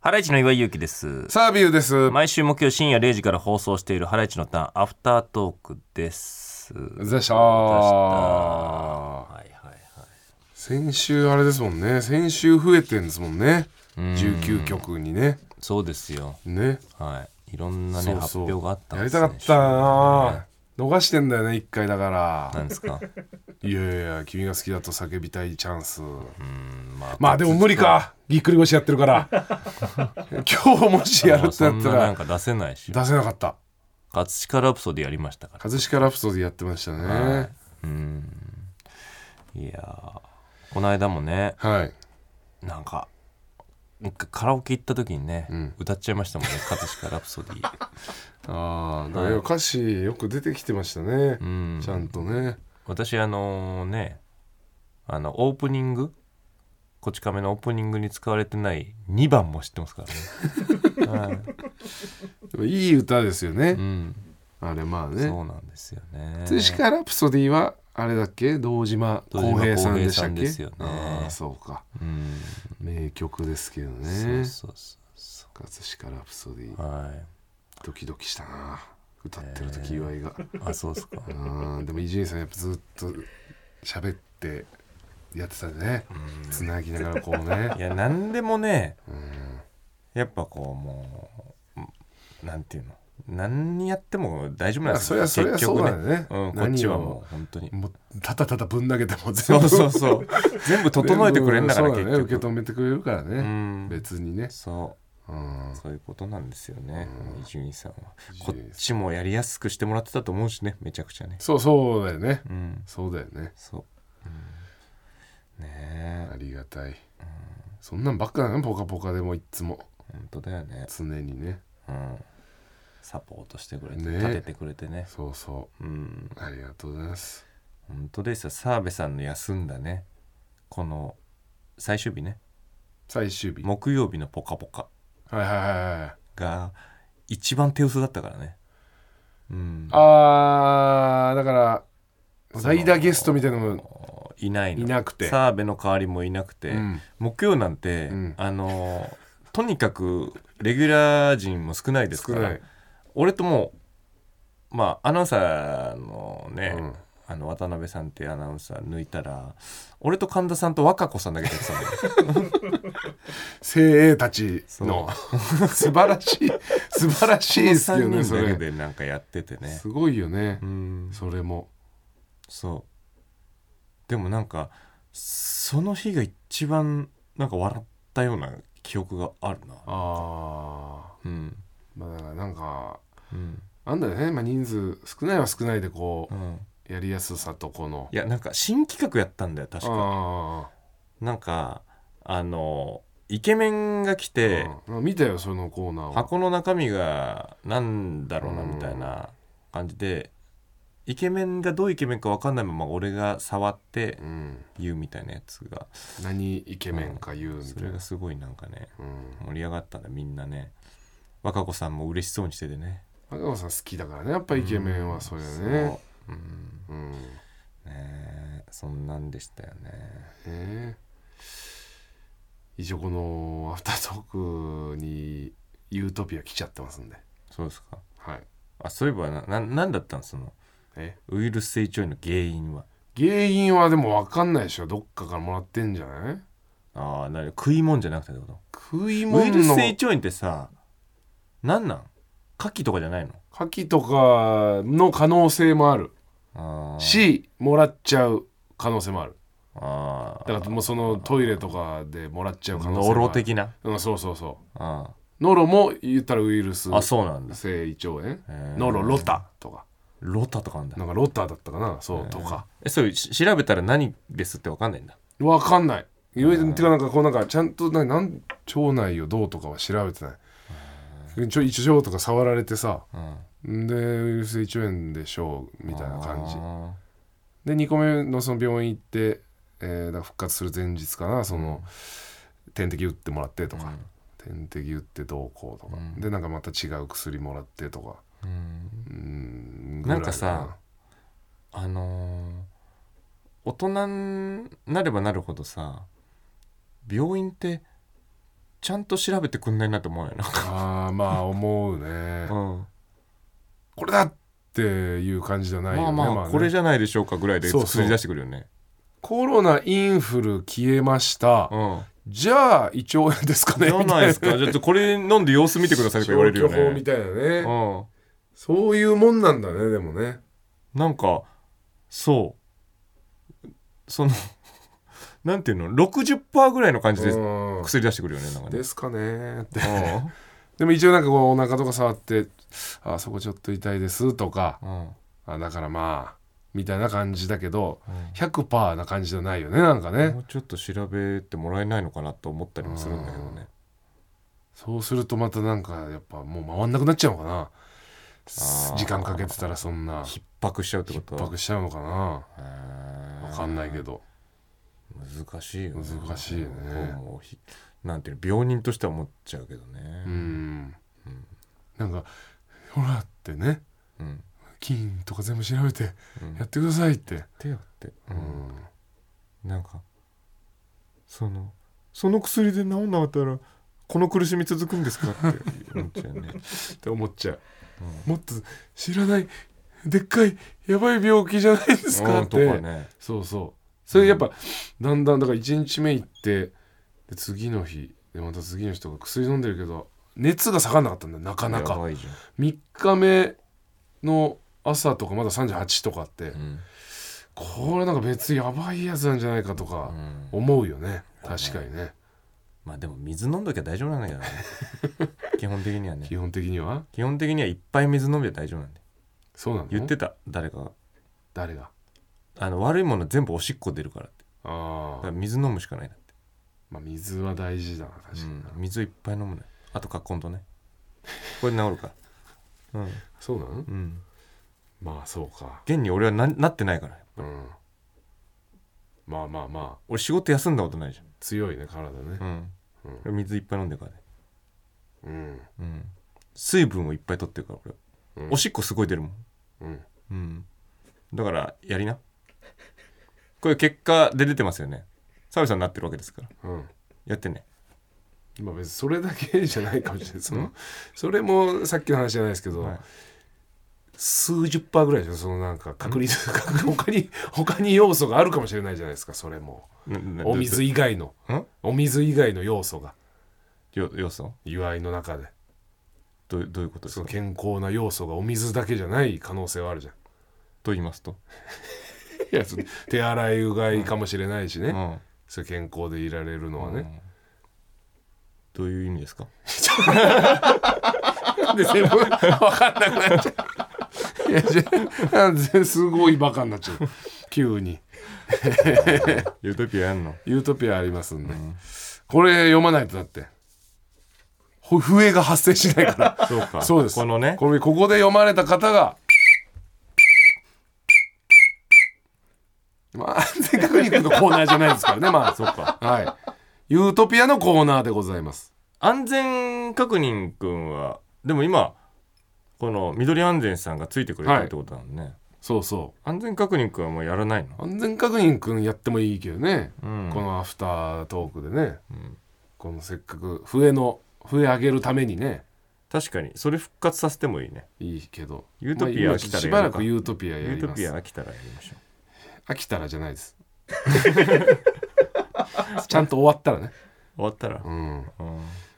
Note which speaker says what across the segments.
Speaker 1: ハライチの岩井勇気です。
Speaker 2: サービューです。
Speaker 1: 毎週木曜深夜0時から放送しているハライチのターンアフタートークです。
Speaker 2: でしょ
Speaker 1: はい
Speaker 2: ー
Speaker 1: はいはい。
Speaker 2: 先週あれですもんね。先週増えてんですもんね。19曲にね。
Speaker 1: そうですよ。
Speaker 2: ね。
Speaker 1: はい。いろんなね、
Speaker 2: そうそう
Speaker 1: 発表があったん
Speaker 2: や
Speaker 1: で
Speaker 2: り
Speaker 1: す
Speaker 2: た
Speaker 1: ね
Speaker 2: かったなー逃してんだよね、一回だか
Speaker 1: なんですか。
Speaker 2: ら。い やいや、君が好きだと叫びたいチャンス。
Speaker 1: うんまあ、
Speaker 2: まあでも無理か。ぎっくり腰やってる から。今日もしやるって
Speaker 1: そ
Speaker 2: なっ
Speaker 1: ん
Speaker 2: た
Speaker 1: ななん
Speaker 2: ら
Speaker 1: か出せないし。
Speaker 2: 出せなかった。
Speaker 1: 葛飾ラプソディやりましたから。
Speaker 2: 葛飾ラプソディやってましたね。
Speaker 1: いやーこの間もね、
Speaker 2: はい。
Speaker 1: なんか。なんかカラオケ行った時にね、
Speaker 2: ん
Speaker 1: 歌っちゃいましたもんね「葛飾ラプソディ」
Speaker 2: ああ、だから歌詞よく出てきてましたね
Speaker 1: う。ん
Speaker 2: ちゃんとね。
Speaker 1: 私あのねあのオープニング「こち亀」のオープニングに使われてない2番も知ってますからね、はい
Speaker 2: でもいい歌ですよね
Speaker 1: う。ん、
Speaker 2: あれまあね。
Speaker 1: そうなんですよね
Speaker 2: 葛飾ラプソディはあれだっけ堂島
Speaker 1: 堂島
Speaker 2: 康平さんでし
Speaker 1: 康平
Speaker 2: た
Speaker 1: さ
Speaker 2: っ
Speaker 1: ん
Speaker 2: け
Speaker 1: ですよね
Speaker 2: ああそうか
Speaker 1: うん
Speaker 2: 名曲ですけど
Speaker 1: そう
Speaker 2: ね
Speaker 1: そうそ
Speaker 2: 葛飾ラプソディ
Speaker 1: うはい
Speaker 2: ドキドキしたな歌ってる時岩井が、
Speaker 1: あそうですか
Speaker 2: うんでも伊集院さんやっぱずっと喋ってやってたねつなぎながらこう ね
Speaker 1: いや何でもねやっぱこうもうなんていうの何やっても大丈夫なんです
Speaker 2: いやそりゃ
Speaker 1: 結局
Speaker 2: そりゃそうだよね
Speaker 1: うん、こ
Speaker 2: 何
Speaker 1: っ
Speaker 2: を
Speaker 1: ちはもう本当に
Speaker 2: もうただただぶん投げても
Speaker 1: そ
Speaker 2: 全
Speaker 1: う
Speaker 2: 部
Speaker 1: そうそう 全部整えてくれんだから結局
Speaker 2: 全部そうだね受け止めてくれるからね、
Speaker 1: うん
Speaker 2: 別にね、
Speaker 1: そう
Speaker 2: うん、
Speaker 1: そういうことなんですよね伊集院さんは
Speaker 2: 伊集院さ
Speaker 1: こ
Speaker 2: ん
Speaker 1: っちもやりやすくしてもらってたと思うしねめちゃくちゃね
Speaker 2: そうそうだよね
Speaker 1: うん
Speaker 2: そうだよね
Speaker 1: そう、うん、ね
Speaker 2: あ
Speaker 1: え
Speaker 2: りがたい、そんなんばっかだねポカポカでもいっつも
Speaker 1: 本当だよね、
Speaker 2: 常にね
Speaker 1: うん、サポートしてくれて、
Speaker 2: ねえ
Speaker 1: 立ててくれてね
Speaker 2: そうそ
Speaker 1: うん
Speaker 2: うありがとうございます
Speaker 1: 本当ですよ澤部さんの休んだねこの最終日ね
Speaker 2: 最終日はい
Speaker 1: 木曜日の「ぽかぽか
Speaker 2: はいはいはい」
Speaker 1: が一番手薄だったからねうん
Speaker 2: あーだから代打ゲストみたいなのも
Speaker 1: いないの
Speaker 2: いなくて
Speaker 1: 澤部の代わりもいなくて、
Speaker 2: うん
Speaker 1: 木曜なんて、
Speaker 2: うん
Speaker 1: あのーとにかくレギュラー陣も少ないです
Speaker 2: 少
Speaker 1: か
Speaker 2: な
Speaker 1: ら
Speaker 2: い、
Speaker 1: 俺ともうまあアナウンサーのね、
Speaker 2: うん
Speaker 1: あの渡辺さんっていうアナウンサー抜いたら俺と神田さんと和歌子さんだけ出てたんだよ
Speaker 2: 精鋭たちの 素晴らしい素晴らしいですよね
Speaker 1: 3人
Speaker 2: そ
Speaker 1: だけ
Speaker 2: れ
Speaker 1: でなんかやっててね
Speaker 2: すごいよね、
Speaker 1: うん
Speaker 2: それも
Speaker 1: そうでもなんかその日が一番なんか笑ったような記憶があるな
Speaker 2: あ
Speaker 1: うん
Speaker 2: ーまあだからなんか
Speaker 1: うん
Speaker 2: あんだよね、まあ、人数少ないは少ないでこ
Speaker 1: う
Speaker 2: う、
Speaker 1: ん
Speaker 2: やりやすさとこの
Speaker 1: いやなんか新企画やったんだよ確か
Speaker 2: あ
Speaker 1: なんかあのイケメンが来て、
Speaker 2: ーうん見たよそのコーナーを
Speaker 1: 箱の中身がなんだろうなみたいな感じで、イケメンがどうイケメンか分かんないまま俺が触って
Speaker 2: うん、
Speaker 1: 言うみたいなやつが
Speaker 2: 何イケメンか言うみ
Speaker 1: そ
Speaker 2: たい
Speaker 1: れ
Speaker 2: な
Speaker 1: が、すごいなんかね
Speaker 2: うん、
Speaker 1: 盛り上がったねみんなね若子さんも嬉しそうにしててね
Speaker 2: 赤尾さん好きだからねやっぱイケメンはそれね
Speaker 1: そううん
Speaker 2: うん、ね
Speaker 1: ねえそんなんでしたよね
Speaker 2: え一応このアフタートークにユートピア来ちゃってますんで
Speaker 1: そうですか
Speaker 2: はい
Speaker 1: あそういえばなななんだったのその
Speaker 2: え
Speaker 1: ウイルス性腸炎の原因は
Speaker 2: 原因はでも分かんないでしょどっかからもらってんじゃない
Speaker 1: ああなに食い物じゃなくてってこと
Speaker 2: 食い
Speaker 1: ウイ
Speaker 2: 物
Speaker 1: ルス
Speaker 2: の
Speaker 1: 性胃腸炎ってさなんなん牡蠣とかじゃないの
Speaker 2: 牡蠣とかの可能性もある
Speaker 1: あー
Speaker 2: しもらっちゃう可能性もある
Speaker 1: あー
Speaker 2: だからもうそのトイレとかでもらっちゃう可能性もあ
Speaker 1: ノ
Speaker 2: る
Speaker 1: ロ的な
Speaker 2: うん、そうそうそう
Speaker 1: あ
Speaker 2: ノロも言ったらウイルス
Speaker 1: ーあそうなんだ
Speaker 2: 性胃腸炎
Speaker 1: へー
Speaker 2: ノロロタとか
Speaker 1: ロタとかあんだ
Speaker 2: なんかロタだったかなそうとか
Speaker 1: えそうし調べたら何ですってわかんないんだ
Speaker 2: わかんないいろいろてかなんかこうなんかちゃんとななん腸内をどうとかは調べてないちょ一腸とか触られてさ
Speaker 1: うん
Speaker 2: んでウイルス胃腸炎でしょうみたいな感じ
Speaker 1: あ
Speaker 2: で2個目のその病院行って、えーだから復活する前日かなその、点滴打ってもらってとか、点滴打ってどうこうとか、でなんかまた違う薬もらってとか
Speaker 1: ーうん
Speaker 2: うん
Speaker 1: なんかさあのー大人になればなるほどさ病院ってちゃんと調べてくんないなと思うよな、
Speaker 2: あーまあ思うね
Speaker 1: うん
Speaker 2: これだっていう感じじゃないよ
Speaker 1: まあ
Speaker 2: ね
Speaker 1: まあ、これ
Speaker 2: ゃ
Speaker 1: じゃないでしょうかぐらいで
Speaker 2: そうそう
Speaker 1: 作り出してくるよね
Speaker 2: コロナインフル消えました
Speaker 1: うん
Speaker 2: じゃあ胃腸炎ですかね
Speaker 1: じゃないです か
Speaker 2: み
Speaker 1: ちょっとこれ飲んで様子見てくださ
Speaker 2: た
Speaker 1: い
Speaker 2: いな
Speaker 1: とか言われるよ
Speaker 2: 消去法
Speaker 1: ね
Speaker 2: みたいなね
Speaker 1: うん
Speaker 2: そういうもんなんだねでもね
Speaker 1: なんかそうそのなんていうの60%ぐらいの感じで
Speaker 2: うん
Speaker 1: 薬出してくるよねなんかね
Speaker 2: ですかねって
Speaker 1: うん
Speaker 2: でも一応なんかこうお腹とか触って「あそこちょっと痛いです」とか
Speaker 1: うん
Speaker 2: 「あだからまあ」みたいな感じだけど
Speaker 1: うん
Speaker 2: 100%な感じじゃないよねなんかね
Speaker 1: もうちょっと調べてもらえないのかなと思ったりもするんだけどね
Speaker 2: そうするとまたなんかやっぱもう回んなくなっちゃうのかな
Speaker 1: ー
Speaker 2: 時間かけてたらそんな
Speaker 1: 逼迫しちゃうってこと
Speaker 2: 逼迫しちゃうのかな
Speaker 1: わ
Speaker 2: 分かんないけど
Speaker 1: 難しいよね
Speaker 2: 難しいね
Speaker 1: もうひなんていうの病人としては思っちゃうけどね
Speaker 2: うんなんか「ほら」ってね
Speaker 1: うん
Speaker 2: 菌とか全部調べて
Speaker 1: うん
Speaker 2: やってくださいって、
Speaker 1: 手やって、
Speaker 2: う
Speaker 1: うん
Speaker 2: ん、
Speaker 1: なんかそのその薬で治んなかったらこの苦しみ続くんですかって思っちゃう ね、
Speaker 2: って思っちゃう、もっと知らないでっかいやばい病気じゃないですか
Speaker 1: う
Speaker 2: っ
Speaker 1: んと
Speaker 2: て、
Speaker 1: かね
Speaker 2: そうそうそれやっぱ、だんだんだから1日目行ってで次の日でまた次の日とか薬飲んでるけど熱が下がらなかったんだよなかな
Speaker 1: や
Speaker 2: か
Speaker 1: ばいじゃ
Speaker 2: 3日目の朝とかまだ38とかあっ
Speaker 1: ん、
Speaker 2: て、
Speaker 1: うん
Speaker 2: これなんか別にやばいやつなんじゃないかとか
Speaker 1: うん
Speaker 2: 思うよね、確かにね
Speaker 1: まあでも水飲んどきゃ大丈夫なんだけ どね基本的にはね
Speaker 2: 基本的には
Speaker 1: 基本的にはいっぱい水飲みゃ大丈夫なんで
Speaker 2: そうなの
Speaker 1: 言ってた誰かが
Speaker 2: 誰が
Speaker 1: あの悪いもの全部おしっこ出るからってだ
Speaker 2: あ
Speaker 1: か
Speaker 2: あ
Speaker 1: ら、水飲むしかないなって、
Speaker 2: まあ、水は大事だな確かに、
Speaker 1: うん水をいっぱい飲むねあとカッコンとねこれで治るからうん
Speaker 2: そうなの
Speaker 1: うん
Speaker 2: まあそうか
Speaker 1: 現に俺はななってないから
Speaker 2: うんまあまあまあ
Speaker 1: 俺仕事休んだことないじ
Speaker 2: 強いね体ね
Speaker 1: ゃん、うん、水いっぱい飲んでるからね、
Speaker 2: うん
Speaker 1: うん、水分をいっぱい取ってるから俺は、
Speaker 2: うん
Speaker 1: おしっこすごい出るもん、
Speaker 2: うん
Speaker 1: うん、だからやりなこれ結果で出てますよね澤部さんになってるわけですから
Speaker 2: うん
Speaker 1: やってね
Speaker 2: まあ別にそれだけじゃないかもしれないそのそれもさっきの話じゃないですけど、
Speaker 1: はい
Speaker 2: 数十パーぐらいでしょそのなんか確率 他に他に要素があるかもしれないじゃないですかそれも
Speaker 1: なな
Speaker 2: お水
Speaker 1: ん
Speaker 2: 以外のお水以外の要素が
Speaker 1: よ要素
Speaker 2: 祝いの中で
Speaker 1: どうどういうことです
Speaker 2: その
Speaker 1: か
Speaker 2: 健康な要素がお水だけじゃない可能性はあるじゃん
Speaker 1: と言いますと、
Speaker 2: いやその手洗いうがいかもしれないしね、
Speaker 1: うん
Speaker 2: それ健康でいられるのはね、
Speaker 1: うんどういう意味ですか
Speaker 2: なんで全部分かんなくなっちゃう。いやじゃあなんですごいバカになっちゃう急に
Speaker 1: ユートピアやんの
Speaker 2: ユートピアありますんで、これ読まないとだってほ笛が発生しないか
Speaker 1: そうか
Speaker 2: らそうです
Speaker 1: このね
Speaker 2: これここで読まれた方がまあ安全確認のコーナーじゃないですからねまあ
Speaker 1: そうか
Speaker 2: はいユートピアのコーナーでございます
Speaker 1: 安全確認くんはでも今この緑安全さんがついてくれてるってことだもんね、
Speaker 2: そうそ
Speaker 1: 安全確認くんはもうやらないの
Speaker 2: う安全確認くんやってもいいけどね
Speaker 1: うん
Speaker 2: このアフタートークでね、
Speaker 1: ん
Speaker 2: このせっかく笛の笛上げるためにね
Speaker 1: 確かにそれ復活させてもいいね
Speaker 2: いいけど
Speaker 1: ユートピア
Speaker 2: まあ
Speaker 1: 来たら
Speaker 2: し
Speaker 1: やるか
Speaker 2: ばらくユートピア
Speaker 1: ユ
Speaker 2: や
Speaker 1: ー
Speaker 2: り
Speaker 1: ト
Speaker 2: ます
Speaker 1: ピア飽きたらやりましょ
Speaker 2: 飽きたらじゃないです ちゃんと終わったらね、
Speaker 1: う終わったら、
Speaker 2: うん、
Speaker 1: うん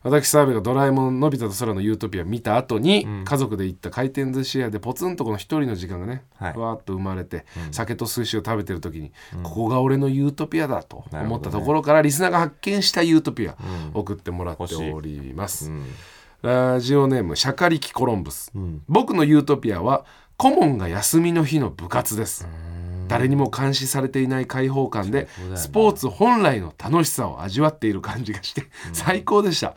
Speaker 2: 私澤部が「ドラえもんのび太と空のユートピア」見た後に、
Speaker 1: うん
Speaker 2: 家族で行った回転寿司屋でポツンとこの一人の時間がね、
Speaker 1: はい
Speaker 2: ふわっと生まれて、
Speaker 1: うん
Speaker 2: 酒と寿司を食べてる時に、
Speaker 1: うん
Speaker 2: ここが俺のユートピアだと
Speaker 1: なるほ
Speaker 2: 思っ
Speaker 1: ど
Speaker 2: た
Speaker 1: ね
Speaker 2: ところから、リスナーが発見したユートピア、
Speaker 1: うん
Speaker 2: 送ってもらっております、
Speaker 1: うん
Speaker 2: ラジオネームシャカリキコロンブス、
Speaker 1: うん
Speaker 2: 僕のユートピアは顧問が休みの日の部活です、
Speaker 1: うん
Speaker 2: 誰にも監視されていない開放感で
Speaker 1: そうだよね
Speaker 2: スポーツ本来の楽しさを味わっている感じがして最高でした、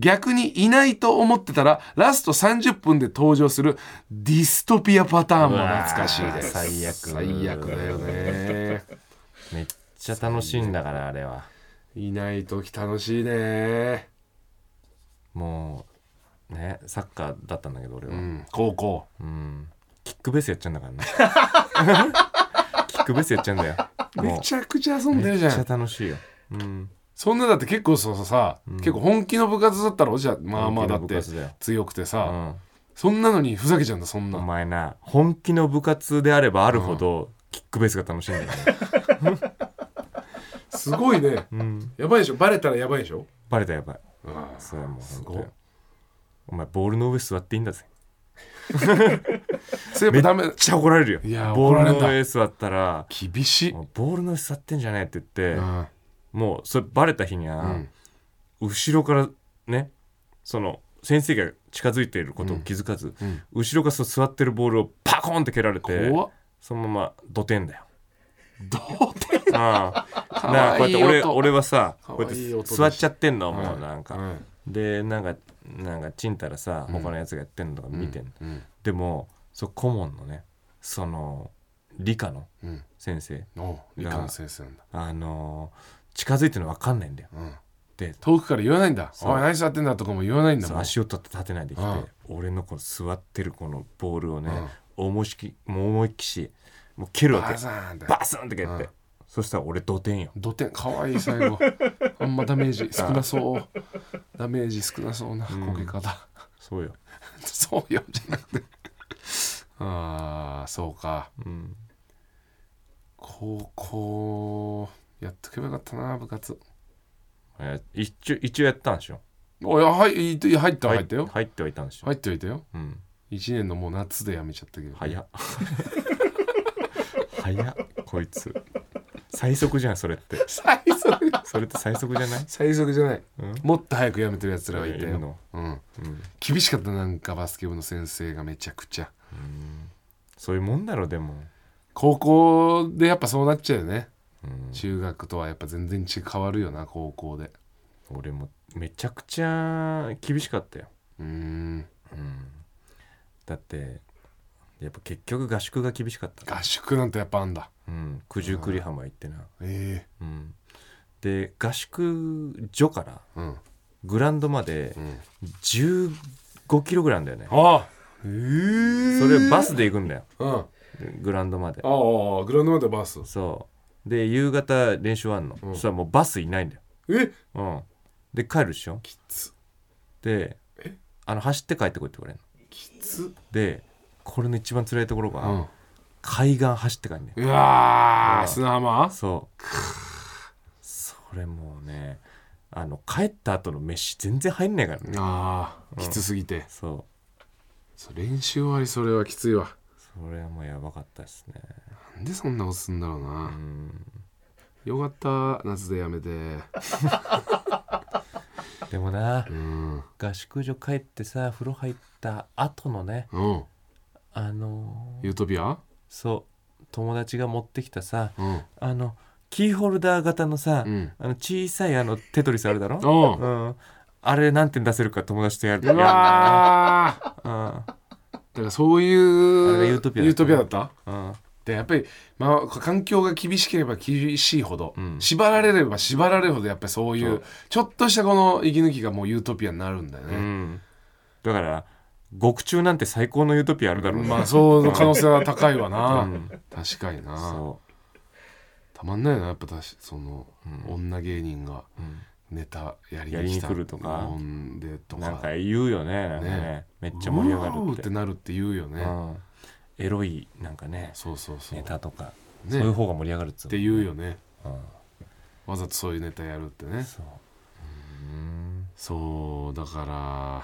Speaker 2: 逆にいないと思ってたらラスト30分で登場するディストピアパターンも懐かしいで
Speaker 1: う
Speaker 2: す
Speaker 1: わー最悪
Speaker 2: 最悪だよ ね
Speaker 1: めっちゃ楽しいんだからあれはい
Speaker 2: ない時楽しいね
Speaker 1: もうねサッカーだったんだけど俺は、
Speaker 2: うん高校
Speaker 1: うんキックベースやっちゃうんだからね キックベースやっちゃうんだよもう
Speaker 2: めちゃくちゃ遊んで
Speaker 1: め
Speaker 2: る
Speaker 1: っ
Speaker 2: じ
Speaker 1: ち
Speaker 2: ゃん
Speaker 1: ゃ楽しいよ、うん、
Speaker 2: そんなだって結構そうそうさ、
Speaker 1: うん
Speaker 2: 結構本気の部活だったろじゃあまあまあだっ
Speaker 1: 本気の部
Speaker 2: て
Speaker 1: 活だよ
Speaker 2: 強くてさ、
Speaker 1: うん
Speaker 2: そんなのにふざけちゃうんだそんな
Speaker 1: お前な本気の部活であればあるほど、キックベースが楽しいんだよね、
Speaker 2: すごいね
Speaker 1: うん、
Speaker 2: やばいでしょバレたらやばいでしょ
Speaker 1: バレたらやばい
Speaker 2: あ
Speaker 1: それはもう
Speaker 2: す
Speaker 1: 本当
Speaker 2: ごい
Speaker 1: よお前ボールの上座っていいんだぜ
Speaker 2: それやっぱダメ
Speaker 1: めっちゃ怒られるよ
Speaker 2: いや
Speaker 1: ボール
Speaker 2: 怒られんだ
Speaker 1: の上座ったら
Speaker 2: 厳しい、
Speaker 1: もうボールの上座ってんじゃないって言って、
Speaker 2: うん
Speaker 1: もうそれバレた日には、
Speaker 2: うん
Speaker 1: 後ろからねその先生が近づいていることを気づかず、
Speaker 2: うん
Speaker 1: 後ろからそう座ってるボールをパコーンって蹴られて
Speaker 2: 怖っ
Speaker 1: そのまま土手ん だよ。
Speaker 2: どうて
Speaker 1: うん、な
Speaker 2: か
Speaker 1: あこうやって俺俺はさ
Speaker 2: か
Speaker 1: こ
Speaker 2: わ
Speaker 1: う
Speaker 2: いい
Speaker 1: やって
Speaker 2: 音だし
Speaker 1: 座っちゃってんのもうなんか、
Speaker 2: うん
Speaker 1: でなんかなんかちんたらさ
Speaker 2: うん
Speaker 1: 他のやつがやってんのとか見てんの、
Speaker 2: うん
Speaker 1: でもそう顧問のねその理科の
Speaker 2: うん
Speaker 1: 先生
Speaker 2: おう理科の先生なんだ、
Speaker 1: あのー近づいてるの分かんないんだよ
Speaker 2: うん、
Speaker 1: で
Speaker 2: 遠くから言わないんだ
Speaker 1: そう
Speaker 2: おい何座ってんだとかも言わないんだ
Speaker 1: そう
Speaker 2: も
Speaker 1: ん足を立て立てないできて、
Speaker 2: うん
Speaker 1: 俺のこの座ってるこのボールをね、思いっきりもう思いっきしもう蹴るわけ
Speaker 2: バザーンだ
Speaker 1: バスンって蹴って、
Speaker 2: うん
Speaker 1: そしたら俺土点よ
Speaker 2: 土手かわいい 最後あんまダメージ少なそうダメージ少なそうな焦げ方、
Speaker 1: そうよ、
Speaker 2: そうよじゃなくてああそうか
Speaker 1: うん、
Speaker 2: 高校やっとけばよかったな部活
Speaker 1: え一応一応やったんでしょ
Speaker 2: おいやはいいい入った入ったよ
Speaker 1: 入ってはいたんでしょ、
Speaker 2: 入っておいたよ
Speaker 1: うん
Speaker 2: 1年のもう夏でやめちゃったけど
Speaker 1: 早っ早っこいつ最速じゃんそれって
Speaker 2: 最速
Speaker 1: それって最速じゃない、
Speaker 2: 最速じゃない
Speaker 1: うん、
Speaker 2: もっと早くやめてるやつらはい
Speaker 1: い
Speaker 2: た
Speaker 1: る
Speaker 2: よ、
Speaker 1: の、
Speaker 2: うん、
Speaker 1: うん、
Speaker 2: 厳しかったなんかバスケ部の先生がめちゃくちゃ
Speaker 1: そういうもんだろでも、
Speaker 2: 高校でやっぱそうなっちゃうよね
Speaker 1: うん、
Speaker 2: 中学とはやっぱ全然違う変わるよな高校で
Speaker 1: 俺もめちゃくちゃ厳しかったよ、
Speaker 2: うーん
Speaker 1: うん、だってやっぱ結局合宿が厳しかった、
Speaker 2: 合宿なんてやっぱあんだ
Speaker 1: うん、九十九里浜行ってな、
Speaker 2: え
Speaker 1: うん、で合宿所から
Speaker 2: えうん
Speaker 1: グラウンドまで
Speaker 2: うん
Speaker 1: 1 5キロぐらいなんだよね
Speaker 2: ああええ
Speaker 1: それバスで行くんだよ
Speaker 2: うんあ
Speaker 1: でグラウンドまで
Speaker 2: あグラウンドまでバス
Speaker 1: そうで夕方練習あんの、
Speaker 2: うん
Speaker 1: そしたらもうバスいないんだよ、
Speaker 2: え
Speaker 1: うん、で帰るでしょ
Speaker 2: きつ
Speaker 1: であの走って帰ってこいって言われるの
Speaker 2: きつ
Speaker 1: でこれの一番辛いところ
Speaker 2: う
Speaker 1: が、
Speaker 2: ん
Speaker 1: 海岸走って帰んね
Speaker 2: うわ
Speaker 1: うん
Speaker 2: ー砂浜
Speaker 1: そうそれもうねあの帰った後の飯全然入んないからね
Speaker 2: ああきつすぎて
Speaker 1: そう
Speaker 2: そう練習終わりそれはきついわ
Speaker 1: それはもうやばかったですね
Speaker 2: なんでそんなことすんだろう
Speaker 1: う
Speaker 2: なんよかった夏でやめて
Speaker 1: でもな
Speaker 2: うん
Speaker 1: 合宿所帰ってさ風呂入った後のね
Speaker 2: うん
Speaker 1: あのー
Speaker 2: ユートピア
Speaker 1: そう友達が持ってきたさ
Speaker 2: うん
Speaker 1: あのキーホルダー型のさ、
Speaker 2: うん
Speaker 1: あの小さいあのテトリスあるだろ、
Speaker 2: おう
Speaker 1: うん、あれ何点出せるか友達とやる
Speaker 2: うわー
Speaker 1: やんな
Speaker 2: だからそういう
Speaker 1: あれがユートピアだったね
Speaker 2: ユートピアだった
Speaker 1: うんうん
Speaker 2: でやっぱり、まあ、環境が厳しければ厳しいほど、
Speaker 1: うん
Speaker 2: 縛られれば縛られるほどやっぱりそういう
Speaker 1: そう
Speaker 2: ちょっとしたこの息抜きがもうユートピアになるんだよ
Speaker 1: う
Speaker 2: ね、
Speaker 1: ん、だから獄中なんて最高のユートピアあるだろうね
Speaker 2: まあそうの可能性は高いわな、
Speaker 1: うん
Speaker 2: 確かにな
Speaker 1: そ
Speaker 2: たまんないよなやっぱたしその、
Speaker 1: うん
Speaker 2: 女芸人が
Speaker 1: う、うん
Speaker 2: ネタやり
Speaker 1: やり
Speaker 2: に来
Speaker 1: に
Speaker 2: た
Speaker 1: 来るとか
Speaker 2: 飲んでとか
Speaker 1: なんか言うよねなんかね
Speaker 2: ね
Speaker 1: めっちゃ盛り上が
Speaker 2: うお
Speaker 1: る
Speaker 2: ー
Speaker 1: っ
Speaker 2: っててなるって言うよね、
Speaker 1: うん、エロいなんかね
Speaker 2: そうそうそう
Speaker 1: ネタとか、
Speaker 2: ね
Speaker 1: そういう
Speaker 2: っ
Speaker 1: 方が盛り上がるっつう
Speaker 2: て言うよね
Speaker 1: うん
Speaker 2: わざとそういうネタやるってね
Speaker 1: そううん
Speaker 2: そうだから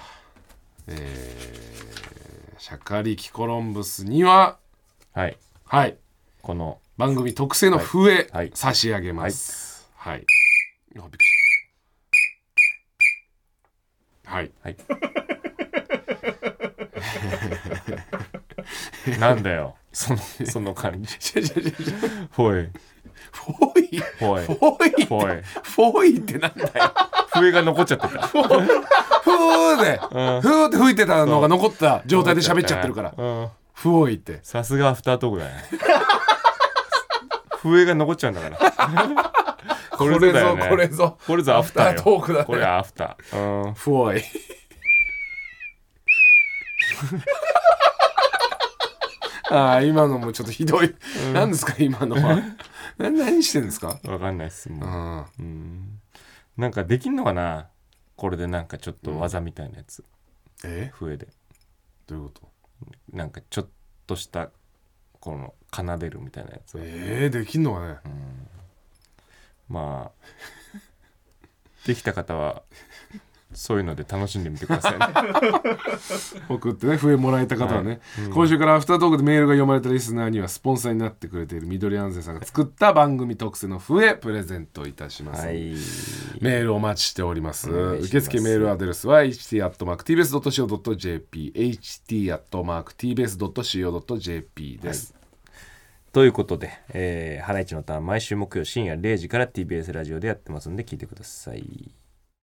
Speaker 2: えー、シャカリキコロンブスには
Speaker 1: はい
Speaker 2: はい
Speaker 1: この
Speaker 2: 番組特製の笛、
Speaker 1: はい
Speaker 2: 差し上げますはい、はい、びっくりしたはい
Speaker 1: なんだよそ のその感じ
Speaker 2: じゃじゃじゃじゃ
Speaker 1: ほい
Speaker 2: フォイ
Speaker 1: ほい
Speaker 2: フォイって
Speaker 1: ほい
Speaker 2: フォイってなんだよ
Speaker 1: 笛が残っちゃって た
Speaker 2: ふー
Speaker 1: う
Speaker 2: で
Speaker 1: ん
Speaker 2: ふーって吹いてたのが残った状態で喋っちゃってるから
Speaker 1: うん
Speaker 2: フォイって
Speaker 1: さすがアフタートークだ ね笛が残っちゃうんだから
Speaker 2: こ
Speaker 1: れ
Speaker 2: れ
Speaker 1: ぞだよ
Speaker 2: ぞ
Speaker 1: ね
Speaker 2: これぞ
Speaker 1: これぞアフターよ
Speaker 2: アフタートークだね
Speaker 1: これアフターうん
Speaker 2: フ ォイああ今のもちょっとひどい、 何ですか今のはな何してんですか
Speaker 1: わかんないっすも
Speaker 2: うん
Speaker 1: う、うん、なんかできんのかなこれでなんかちょっと技みたいなやつ、
Speaker 2: え
Speaker 1: 笛で
Speaker 2: どういうこと
Speaker 1: なんかちょっとしたこの奏でるみたいなやつ、
Speaker 2: えー、できんのかね
Speaker 1: まあできた方はそういうので楽しんでみてくださいね
Speaker 2: 送ってね笛もらえた方はね、
Speaker 1: はいうん
Speaker 2: 今週からアフタートークでメールが読まれたリスナーにはスポンサーになってくれている緑安全さんが作った番組特製の笛プレゼントいた します、
Speaker 1: はい
Speaker 2: メールお待ちしております。
Speaker 1: お願いします
Speaker 2: 受付メールアドレスは ht.tbs.co.jp、ht.tbs.co.jp です。
Speaker 1: ということで「えーハライチのターン」毎週木曜深夜0時から TBS ラジオでやってますんで聞いてください